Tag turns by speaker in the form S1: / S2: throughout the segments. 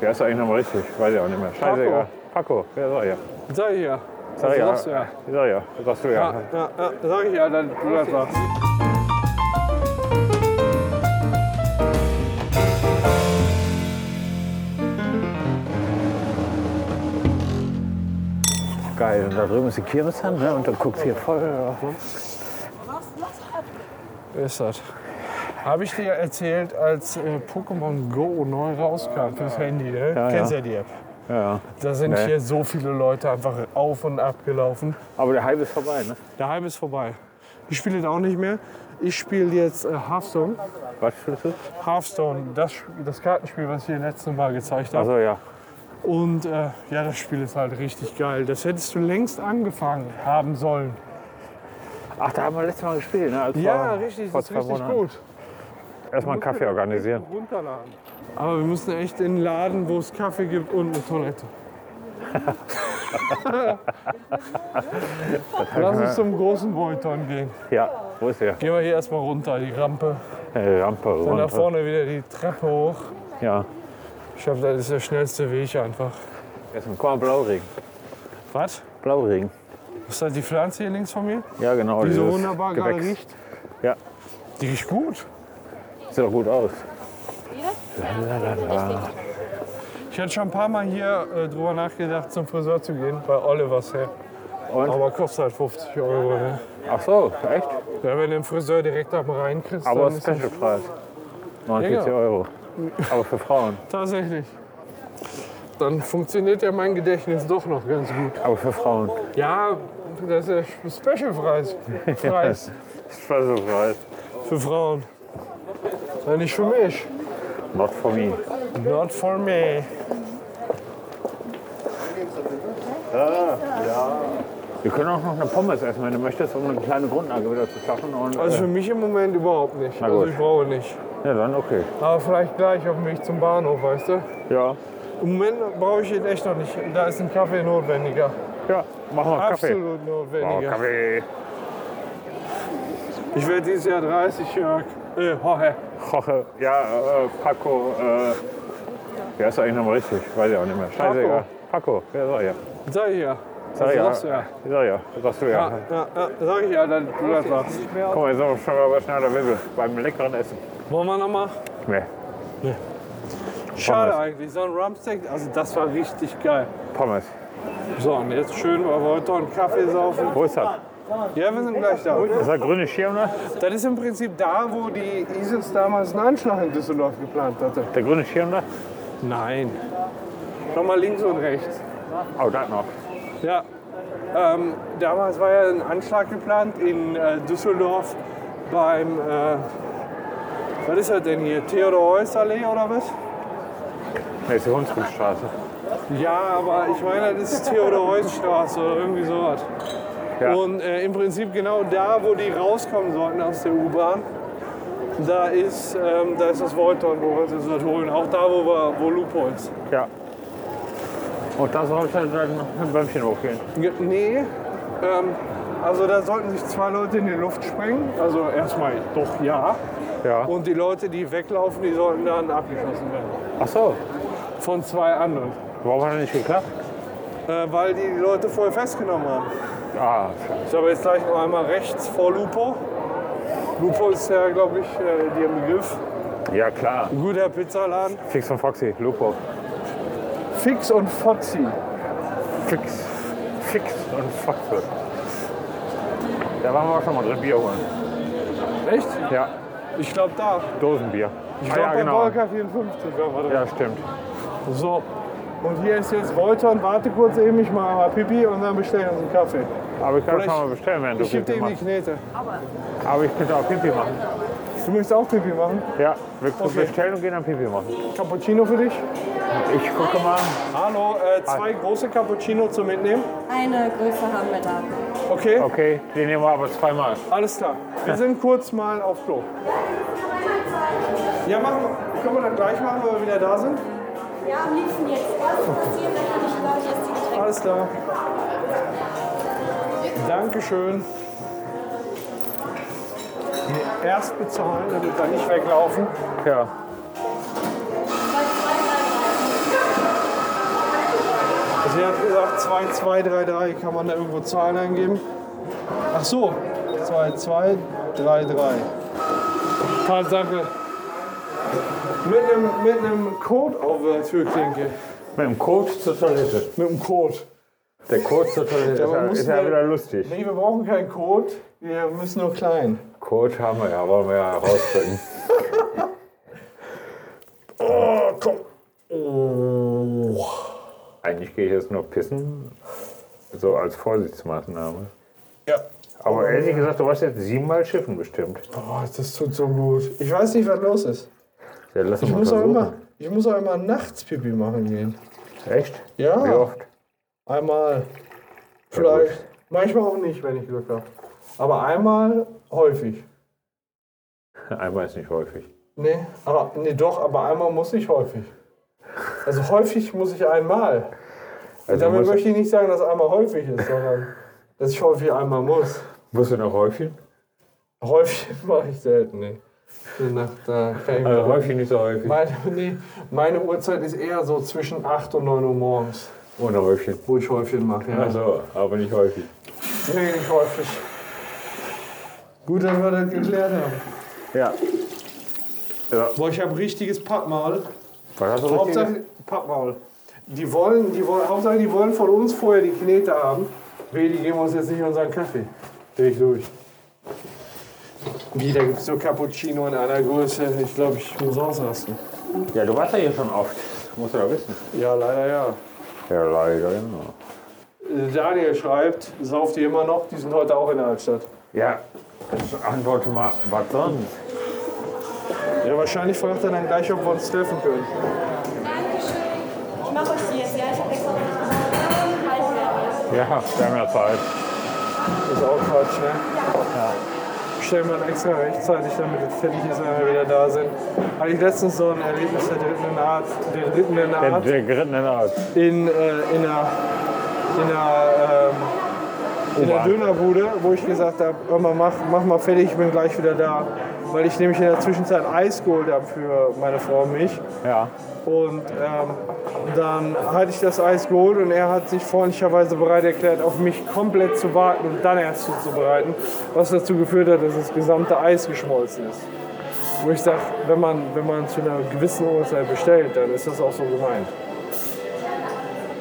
S1: Wer ist eigentlich nochmal richtig? Weiß ich auch nicht mehr. Scheißegal. Paco, wer sag ich ja?
S2: Sag ich ja.
S1: Sag ich ja.
S2: sagst du ja.
S1: Sag ich ja. Sagst du ja.
S2: Ja, ja, ja, sag ich ja, dann du das sagst.
S1: Geil. Und da drüben ist die Kirmeshand ne? und dann guckst hier voll.
S2: Ist das. Habe ich dir erzählt, als äh, Pokémon Go neu rauskam fürs Handy, ne?
S1: ja.
S2: Kennst ja die App.
S1: Ja.
S2: Da sind
S1: Nee.
S2: hier so viele Leute einfach auf und ab gelaufen.
S1: Aber der Hype ist vorbei, ne?
S2: Daheim ist vorbei. Ich spiele da auch nicht mehr. Ich spiele jetzt äh, Hearthstone.
S1: Was spielst du?
S2: Hearthstone, das, Sp- das Kartenspiel, was ich dir letztes Mal gezeigt habe.
S1: Achso, Also, ja.
S2: Und äh, ja, das Spiel ist halt richtig geil. Das hättest du längst angefangen haben sollen.
S1: Ach, da haben wir letztes Mal gespielt, ne? Als
S2: Ja,
S1: wir-
S2: richtig,
S1: vor
S2: das ist
S1: zwei
S2: richtig
S1: Monaten.
S2: gut.
S1: Erstmal einen Kaffee organisieren.
S2: Runterladen. Aber wir müssen echt in einen Laden, wo es Kaffee gibt und eine Toilette. Lass uns zum großen Boyton gehen.
S1: Ja, wo ist der?
S2: Gehen wir hier erstmal runter, die Rampe.
S1: Äh, Rampe
S2: Und
S1: runter.
S2: da vorne wieder die Treppe hoch.
S1: Ja.
S2: Ich glaube, das ist der schnellste Weg einfach.
S1: Essen. Guck mal, Blauregen.
S2: Was?
S1: Blauregen.
S2: Ist das die Pflanze hier links von mir?
S1: Ja, genau.
S2: Die so
S1: dieses
S2: wunderbar gerade
S1: Gewächs.
S2: riecht.
S1: Ja,
S2: Die riecht gut.
S1: sieht doch gut aus.
S2: Ich hatte schon ein paar Mal hier äh, drüber nachgedacht, zum Friseur zu gehen, bei Olivers her.
S1: Und?
S2: Aber kostet halt 50 Euro. Ne?
S1: Ach so, echt?
S2: Ja, wenn du einen Friseur direkt am Rhein kriegst,
S1: Aber
S2: dann ist das
S1: Specialpreis. 49
S2: Ja.
S1: Euro. Aber für Frauen.
S2: tatsächlich. Dann funktioniert ja mein Gedächtnis doch noch ganz gut.
S1: Aber für Frauen.
S2: Ja, das ist der Special-Preis Preis
S1: Specialpreis.
S2: für Frauen. Ja, nicht für mich.
S1: Not for me.
S2: Not for me.
S1: Wir können auch noch eine Pommes essen, wenn du möchtest, um eine kleine Grundlage wieder zu schaffen. Und,
S2: Also für mich im Moment überhaupt nicht.
S1: gut.
S2: Also ich brauche nicht.
S1: äh, ja, dann okay.
S2: Aber vielleicht gleich auf dem Weg zum Bahnhof, weißt du?
S1: Ja,
S2: Im Moment brauche ich ihn echt noch nicht. Da ist ein Kaffee notwendiger.
S1: ja. Machen wir Kaffee.
S2: Absolut
S1: Oh,
S2: notwendiger.
S1: Kaffee.
S2: ich werde dieses Jahr 30, Jörg. Äh, Jorge.
S1: Koche. Ja, äh, Paco. Äh, wer ist eigentlich nochmal richtig? Weiß ich auch nicht mehr. Scheißegal. Paco, wer sag ich ja?
S2: Sag ich ja.
S1: Sag ich ja.
S2: Sagst du ja.
S1: Sag ich ja. Sagst du ja.
S2: Ja, ja, ja, sag ich ja, dann du das sagst.
S1: Guck mal, jetzt sind wir schon mal bei schneller Wirbel. Beim leckeren Essen.
S2: Wollen wir nochmal?
S1: Nee.
S2: Schade eigentlich, so ein Rumsteak, also das war richtig geil.
S1: Pommes.
S2: So, und jetzt schön bei Wolter einen Kaffee saufen.
S1: Wo ist das?
S2: Ja, wir sind gleich da.
S1: Ist das grüne Schirm da?
S2: Das ist im Prinzip da, wo die ISIS damals einen Anschlag in Düsseldorf geplant hatte.
S1: Der grüne Schirm da?
S2: Nein. Nochmal links und rechts.
S1: Oh, da noch.
S2: Ja. Ähm, damals war ja ein Anschlag geplant in äh, Düsseldorf beim, äh, was ist das denn hier, Theodor-Heuss-Allee oder was?
S1: Ne, ist die Hunsrückstraße.
S2: Ja, aber ich meine, das ist Theodor-Heuss-Straße oder irgendwie sowas.
S1: Ja.
S2: Und äh, im Prinzip genau da, wo die rauskommen sollten aus der U-Bahn, da ist, ähm, da ist das Volton, wo wir uns das holen. Auch da, wo, wir, wo Lupo ist.
S1: Ja. Und da sollte dann noch ein Bäumchen hochgehen.
S2: Ge- Nee, ähm, also da sollten sich zwei Leute in die Luft sprengen. Also erstmal doch ja.
S1: Ja.
S2: Und die Leute, die weglaufen, die sollten dann abgeschossen werden.
S1: Ach so.
S2: Von zwei anderen.
S1: Warum hat das nicht geklappt?
S2: Äh, weil die Leute vorher festgenommen haben.
S1: Ah, scheiße.
S2: Ich habe jetzt gleich noch einmal rechts vor Lupo. Lupo ist ja, glaube ich, äh, der Begriff.
S1: Ja, klar.
S2: Ein guter Pizzaladen.
S1: Fix und Foxy, Lupo.
S2: Fix und Fozzi.
S1: Fix. Fix und Foxy. Da waren wir auch schon mal drin, Bier holen.
S2: Echt?
S1: Ja,
S2: Ich glaube da.
S1: Dosenbier.
S2: Ich
S1: Ah,
S2: glaube
S1: ja,
S2: bei
S1: genau.
S2: Volker 54 waren wir drin.
S1: Ja, stimmt.
S2: So. Und hier ist jetzt Wolton. Warte kurz eben, ich mache mal Pipi und dann bestellen wir uns einen Kaffee.
S1: Aber ich kann
S2: Oder
S1: das
S2: ich-
S1: schon mal bestellen, während du
S2: Ich gebe
S1: Pipi
S2: dir eben die
S1: machst.
S2: Knete.
S1: Aber ich könnte auch Pipi machen.
S2: Du möchtest auch Pipi machen?
S1: Ja, wir
S2: Okay.
S1: bestellen und gehen dann Pipi machen.
S2: Cappuccino für dich?
S1: Ich gucke mal.
S2: Hallo, äh, zwei große Cappuccino zum Mitnehmen.
S3: Eine Größe haben wir da.
S2: Okay,
S1: Okay, den nehmen wir aber zweimal.
S2: alles klar. Wir sind kurz mal auf Klo. Ja, machen wir. Können wir dann gleich machen, wenn wir wieder da sind?
S3: Ja, am liebsten jetzt erst passieren, dann kann ich gleich jetzt die Getränke.
S2: Alles klar. Dankeschön. Erst bezahlen, damit wir nicht weglaufen.
S1: Ja.
S2: Sie hat Also gesagt, 2233 kann man da irgendwo Zahlen eingeben. Ach so, 2233. Tatsache. Mit einem, mit einem Code auf der Türklinke.
S1: Mit dem Code zur Toilette.
S2: Mit einem Code.
S1: Der Code zur Toilette
S2: Ja,
S1: ist,
S2: man
S1: ja,
S2: muss
S1: ist ja
S2: mal-
S1: wieder lustig.
S2: Nee, wir brauchen keinen Code, wir müssen nur klein.
S1: Code haben wir ja, wollen wir ja herausfinden.
S2: Oh, komm. Oh.
S1: Eigentlich gehe ich jetzt nur pissen, so als Vorsichtsmaßnahme.
S2: Ja.
S1: Aber ehrlich gesagt, du warst jetzt siebenmal Schiffen bestimmt.
S2: Oh, das tut so gut. Ich weiß nicht, was los ist.
S1: Ja, lass uns
S2: Ich
S1: mal
S2: muss, auch
S1: versuchen.
S2: immer, ich muss auch immer nachts Pipi machen gehen.
S1: Echt?
S2: Ja.
S1: Wie oft?
S2: Einmal. Vielleicht. Manchmal auch nicht, wenn ich Glück habe. Aber einmal häufig.
S1: Einmal ist nicht häufig.
S2: Nee, aber, nee, doch, aber einmal muss ich häufig. Also häufig muss ich einmal.
S1: Also
S2: Damit
S1: musst,
S2: möchte ich nicht sagen, dass einmal häufig ist, sondern dass ich häufig einmal muss.
S1: musst du noch häufig?
S2: Häufig mache ich selten, nee. Die Nacht, da kann ich
S1: Also häufig nicht so häufig.
S2: äh, meine, nee, meine Uhrzeit ist eher so zwischen 8 und 9 Uhr morgens,
S1: Ohne häufig.
S2: wo ich Häufchen mache. Ja.
S1: Also, aber nicht häufig.
S2: Nee, nicht häufig. Gut, dass wir das geklärt haben.
S1: Ja. ja.
S2: Boah, ich habe richtiges Pappmaul.
S1: Was hast du richtig?
S2: Hauptsache Pappmaul. Die wollen, die wollen, Hauptsache, die wollen von uns vorher die Knete haben. Weh, die geben uns jetzt nicht unseren Kaffee. Dreh ich durch. Wie, da gibt es so Cappuccino in einer Größe. Ich glaube, ich muss ausrasten.
S1: Ja, du warst ja hier schon oft. Das musst du doch wissen.
S2: Ja, leider ja.
S1: Ja, leider, ja.
S2: Äh, Daniel schreibt, sauft ihr immer noch? Die sind heute auch in der Altstadt.
S1: Ja, ich antworte mal, was sonst?
S2: Ja, wahrscheinlich fragt er dann gleich, ob wir uns treffen können.
S3: Dankeschön. Ich mache euch die jetzt, ja? Ich habe extra noch Halt, nicht gesagt.
S1: Ja, wir haben ja Zeit.
S2: Ist auch Quatsch, ne? Ja. Stellen wir dann extra rechtzeitig, damit es fertig ist, wenn wir wieder da sind. Hatte ich letztens so ein Erlebnis der dritten Art, der dritten
S1: Der,
S2: Art
S1: der gerittene Arzt.
S2: in, äh, in einer, in einer, ähm, in einer
S1: U-Bahn.
S2: Dönerbude, wo ich gesagt habe, hör mal, mach, mach mal fertig, ich bin gleich wieder da. Weil ich nämlich in der Zwischenzeit Eis geholt habe für meine Frau und mich.
S1: Ja.
S2: Und ähm, dann hatte ich das Eis geholt und er hat sich freundlicherweise bereit erklärt, auf mich komplett zu warten und dann erst zuzubereiten, was dazu geführt hat, dass das gesamte Eis geschmolzen ist. Wo ich sage, wenn man, wenn man zu einer gewissen Uhrzeit bestellt, dann ist das auch so gemeint.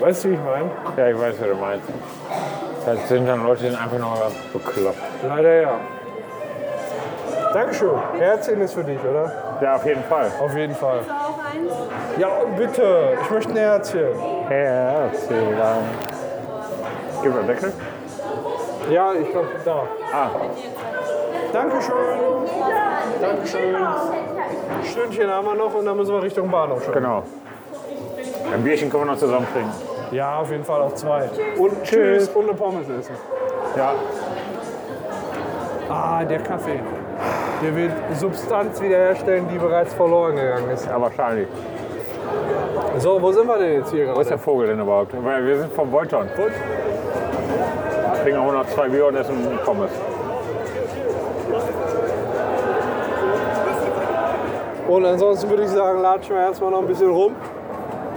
S2: Weißt du, wie ich meine?
S1: Ja, ich weiß, was du meinst. Das sind dann Leute, die sind einfach nur bekloppt.
S2: Leider ja. Dankeschön. Herzchen ist für dich, oder?
S1: Ja, auf jeden Fall.
S2: Auf jeden Fall.
S3: So, auch eins.
S2: Ja, bitte. Ich möchte ein Herzchen.
S1: Herzlichen Dank. Gib mal Deckel.
S2: Ja, ich glaube, da.
S1: Ah.
S2: Dankeschön. Dankeschön. Stündchen haben wir noch und dann müssen wir Richtung Bahnhof schauen.
S1: Genau. Ein Bierchen können wir noch zusammen trinken.
S2: Ja, auf jeden Fall auch zwei. Und tschüss. Und eine Pommes essen.
S1: Ja.
S2: Ah, der Kaffee. Der wird Substanz wiederherstellen, die bereits verloren gegangen ist.
S1: Ja, wahrscheinlich.
S2: So, wo sind wir denn jetzt hier
S1: Wo ist
S2: gerade?
S1: der Vogel denn überhaupt? Weil wir sind vom Bolton.
S2: Gut.
S1: Trinken auch noch zwei Bier und essen Pommes.
S2: Und ansonsten würde ich sagen, latschen wir erstmal noch ein bisschen rum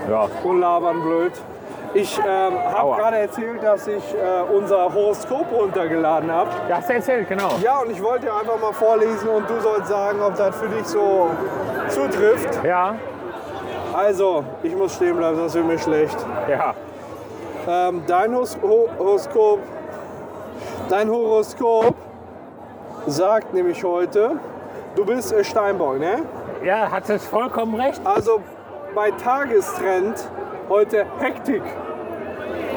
S1: Ja.
S2: und labern blöd. Ich ähm, habe
S1: Aua.
S2: gerade erzählt, dass ich äh, unser Horoskop runtergeladen habe.
S1: Ja, hast du erzählt, genau.
S2: Ja, und ich wollte dir einfach mal vorlesen und du sollst sagen, ob das für dich so zutrifft.
S1: Ja.
S2: Also, ich muss stehen bleiben, sonst wird mir schlecht.
S1: Ja.
S2: Ähm, dein Hos Ho Horoskop, dein Horoskop sagt nämlich heute, du bist äh, Steinbock, ne?
S1: Ja, hat es vollkommen recht.
S2: Also bei Tagestrend heute Hektik.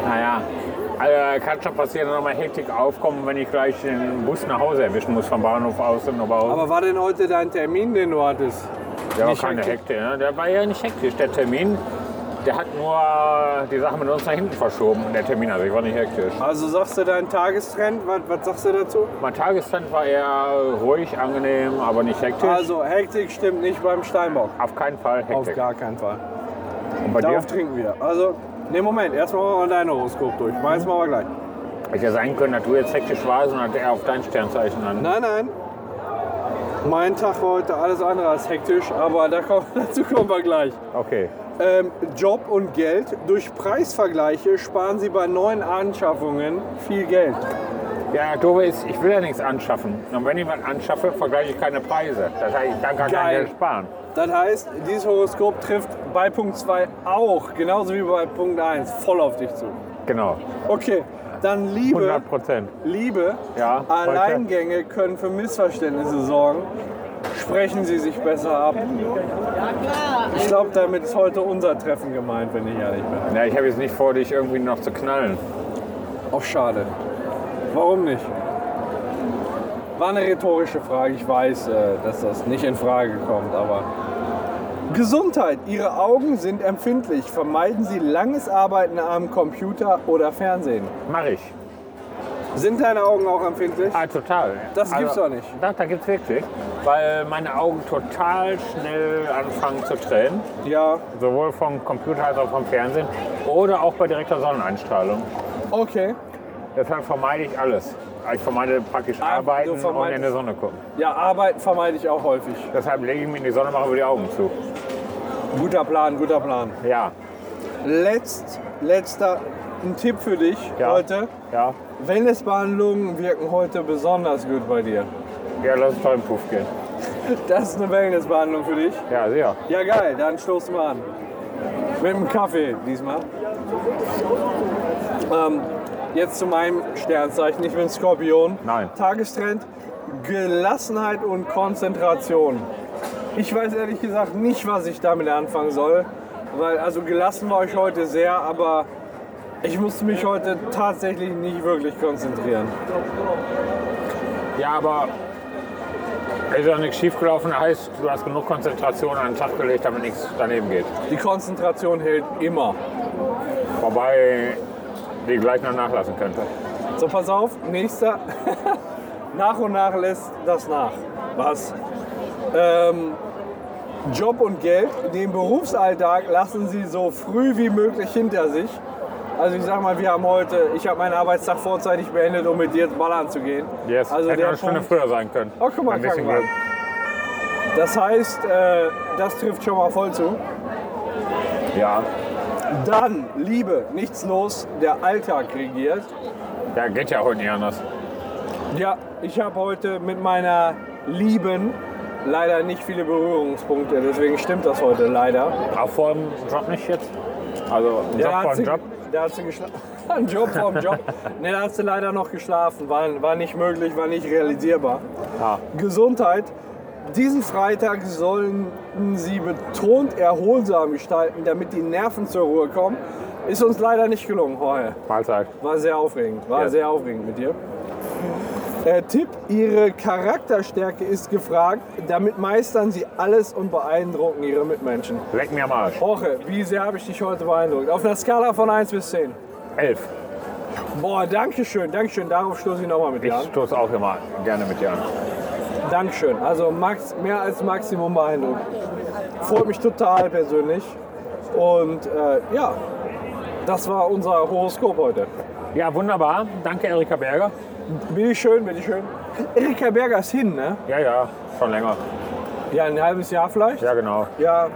S1: Naja. Also, kann schon passieren, dass nochmal Hektik aufkommt, wenn ich gleich den Bus nach Hause erwischen muss, vom Bahnhof aus und überhaupt.
S2: Aber war denn heute dein Termin, den du hattest?
S1: Der war
S2: nicht
S1: keine
S2: Hektik.
S1: Hektik. Ne? Der war ja nicht hektisch. Der Termin, der hat nur die Sachen mit uns nach hinten verschoben. Und Der Termin, also ich war nicht hektisch.
S2: Also sagst du deinen Tagestrend, was, was sagst du dazu?
S1: Mein Tagestrend war eher ruhig, angenehm, aber nicht hektisch.
S2: Also Hektik stimmt nicht beim Steinbock.
S1: Auf keinen Fall
S2: Auf
S1: Hektik.
S2: gar keinen Fall.
S1: Und bei dir?
S2: Darauf trinken wir. Also, ne Moment, erstmal machen wir dein Horoskop durch. Meins machen wir gleich.
S1: Hätte ja sein können, dass du jetzt hektisch warst und hat er auf dein Sternzeichen an.
S2: Nein, nein. Mein Tag war heute alles andere als hektisch, aber da kommt, dazu kommen wir gleich.
S1: Okay.
S2: Ähm, Job und Geld. Durch Preisvergleiche sparen Sie bei neuen Anschaffungen viel Geld.
S1: Ja, doof ist, ich will ja nichts anschaffen. Und wenn ich was anschaffe, vergleiche ich keine Preise. Das heißt, ich kann gar kein
S2: Geil.
S1: Geld sparen.
S2: Das heißt, dieses Horoskop trifft bei Punkt 2 auch, genauso wie bei Punkt 1, voll auf dich zu.
S1: Genau,
S2: Okay, dann
S1: 100
S2: Liebe.
S1: Prozent.
S2: Liebe,
S1: Ja,
S2: Alleingänge können für Missverständnisse sorgen. Sprechen Sie sich besser ab. Ich glaube, damit ist heute unser Treffen gemeint, wenn ich ehrlich bin.
S1: Ja, ich habe jetzt nicht vor, dich irgendwie noch zu knallen.
S2: Auch schade. Warum nicht? War eine rhetorische Frage. Ich weiß, äh, dass das nicht in Frage kommt, aber. Gesundheit. Ihre Augen sind empfindlich. Vermeiden Sie langes Arbeiten am Computer oder Fernsehen.
S1: Mache ich.
S2: Sind deine Augen auch empfindlich?
S1: Ah, total.
S2: Das gibt's doch nicht.
S1: Das, das gibt's wirklich. Weil meine Augen total schnell anfangen zu tränen.
S2: Ja.
S1: Sowohl vom Computer als auch vom Fernsehen. Oder auch bei direkter Sonneneinstrahlung.
S2: Okay.
S1: Deshalb vermeide ich alles. Ich vermeide praktisch
S2: Ah, du
S1: Arbeiten und
S2: vermeidest-
S1: in der Sonne gucken.
S2: Ja, Arbeiten vermeide ich auch häufig.
S1: Deshalb lege ich mich in die Sonne, mache über die Augen zu.
S2: Guter Plan, guter Plan.
S1: Ja,
S2: Letzt, letzter ein Tipp für dich
S1: Ja.
S2: heute.
S1: ja.
S2: Wellnessbehandlungen wirken heute besonders gut bei dir.
S1: Ja, lass uns doch in den Puff gehen.
S2: Das ist eine Wellnessbehandlung für dich.
S1: Ja, sicher.
S2: Ja, geil, dann stoßen wir an. Mit einem Kaffee diesmal. Ähm, jetzt zu meinem Sternzeichen. Ich bin Skorpion.
S1: Nein.
S2: Tagestrend: Gelassenheit und Konzentration. Ich weiß ehrlich gesagt nicht, was ich damit anfangen soll. Weil, also gelassen war ich heute sehr, aber ich musste mich heute tatsächlich nicht wirklich konzentrieren.
S1: Ja, aber ist ja nichts schiefgelaufen, heißt, du hast genug Konzentration an den Tag gelegt, damit nichts daneben geht.
S2: Die Konzentration hält immer.
S1: Wobei die gleich noch nachlassen könnte.
S2: So, pass auf, nächster. nach und nach lässt das nach. Was? Ähm, Job und Geld, den Berufsalltag lassen Sie so früh wie möglich hinter sich. Also ich sag mal, wir haben heute, ich habe meinen Arbeitstag vorzeitig beendet, um mit dir jetzt ballern zu gehen.
S1: Yes,
S2: also
S1: hätte
S2: der
S1: eine Stunde
S2: Punkt,
S1: früher sein können.
S2: Oh, guck mal,
S1: Ein bisschen
S2: Krankenwagen.
S1: Glück.
S2: das heißt, äh, das trifft schon mal voll zu.
S1: Ja.
S2: Dann, Liebe, nichts los, der Alltag regiert.
S1: ja, geht ja heute nicht anders.
S2: Ja, ich habe heute mit meiner Lieben leider nicht viele Berührungspunkte, deswegen stimmt das heute leider.
S1: Auch vor dem Job nicht jetzt? Also ein Job
S2: da
S1: vor
S2: hat sie,
S1: dem Job?
S2: Da hat sie geschlafen. Ein Job vorm Job. Ne, da hat sie leider noch geschlafen. War, war nicht möglich, war nicht realisierbar.
S1: Ja.
S2: Gesundheit. Diesen Freitag sollen sie betont erholsam gestalten, damit die Nerven zur Ruhe kommen. Ist uns leider nicht gelungen heute.
S1: Mahlzeit.
S2: War sehr aufregend, war
S1: Ja.
S2: sehr aufregend mit dir. Äh, Tipp, Ihre Charakterstärke ist gefragt, damit meistern Sie alles und beeindrucken Ihre Mitmenschen.
S1: Leck mir am Arsch.
S2: Jorge, wie sehr habe ich dich heute beeindruckt? Auf einer Skala von 1 bis 10.
S1: Elf.
S2: Boah, danke schön, danke schön. Darauf stoße ich nochmal mit
S1: Ich
S2: dir an.
S1: stoße auch immer gerne mit dir an.
S2: Dankeschön. Also max, mehr als Maximum beeindruckt. Freut mich total persönlich. Und äh, ja, das war unser Horoskop heute.
S1: Ja, wunderbar. Danke, Erika Berger.
S2: Bin ich schön, bin ich schön. Erika Berger ist hin, ne?
S1: Ja, ja, schon länger.
S2: Ja, ein halbes Jahr vielleicht.
S1: Ja, genau.
S2: Ja,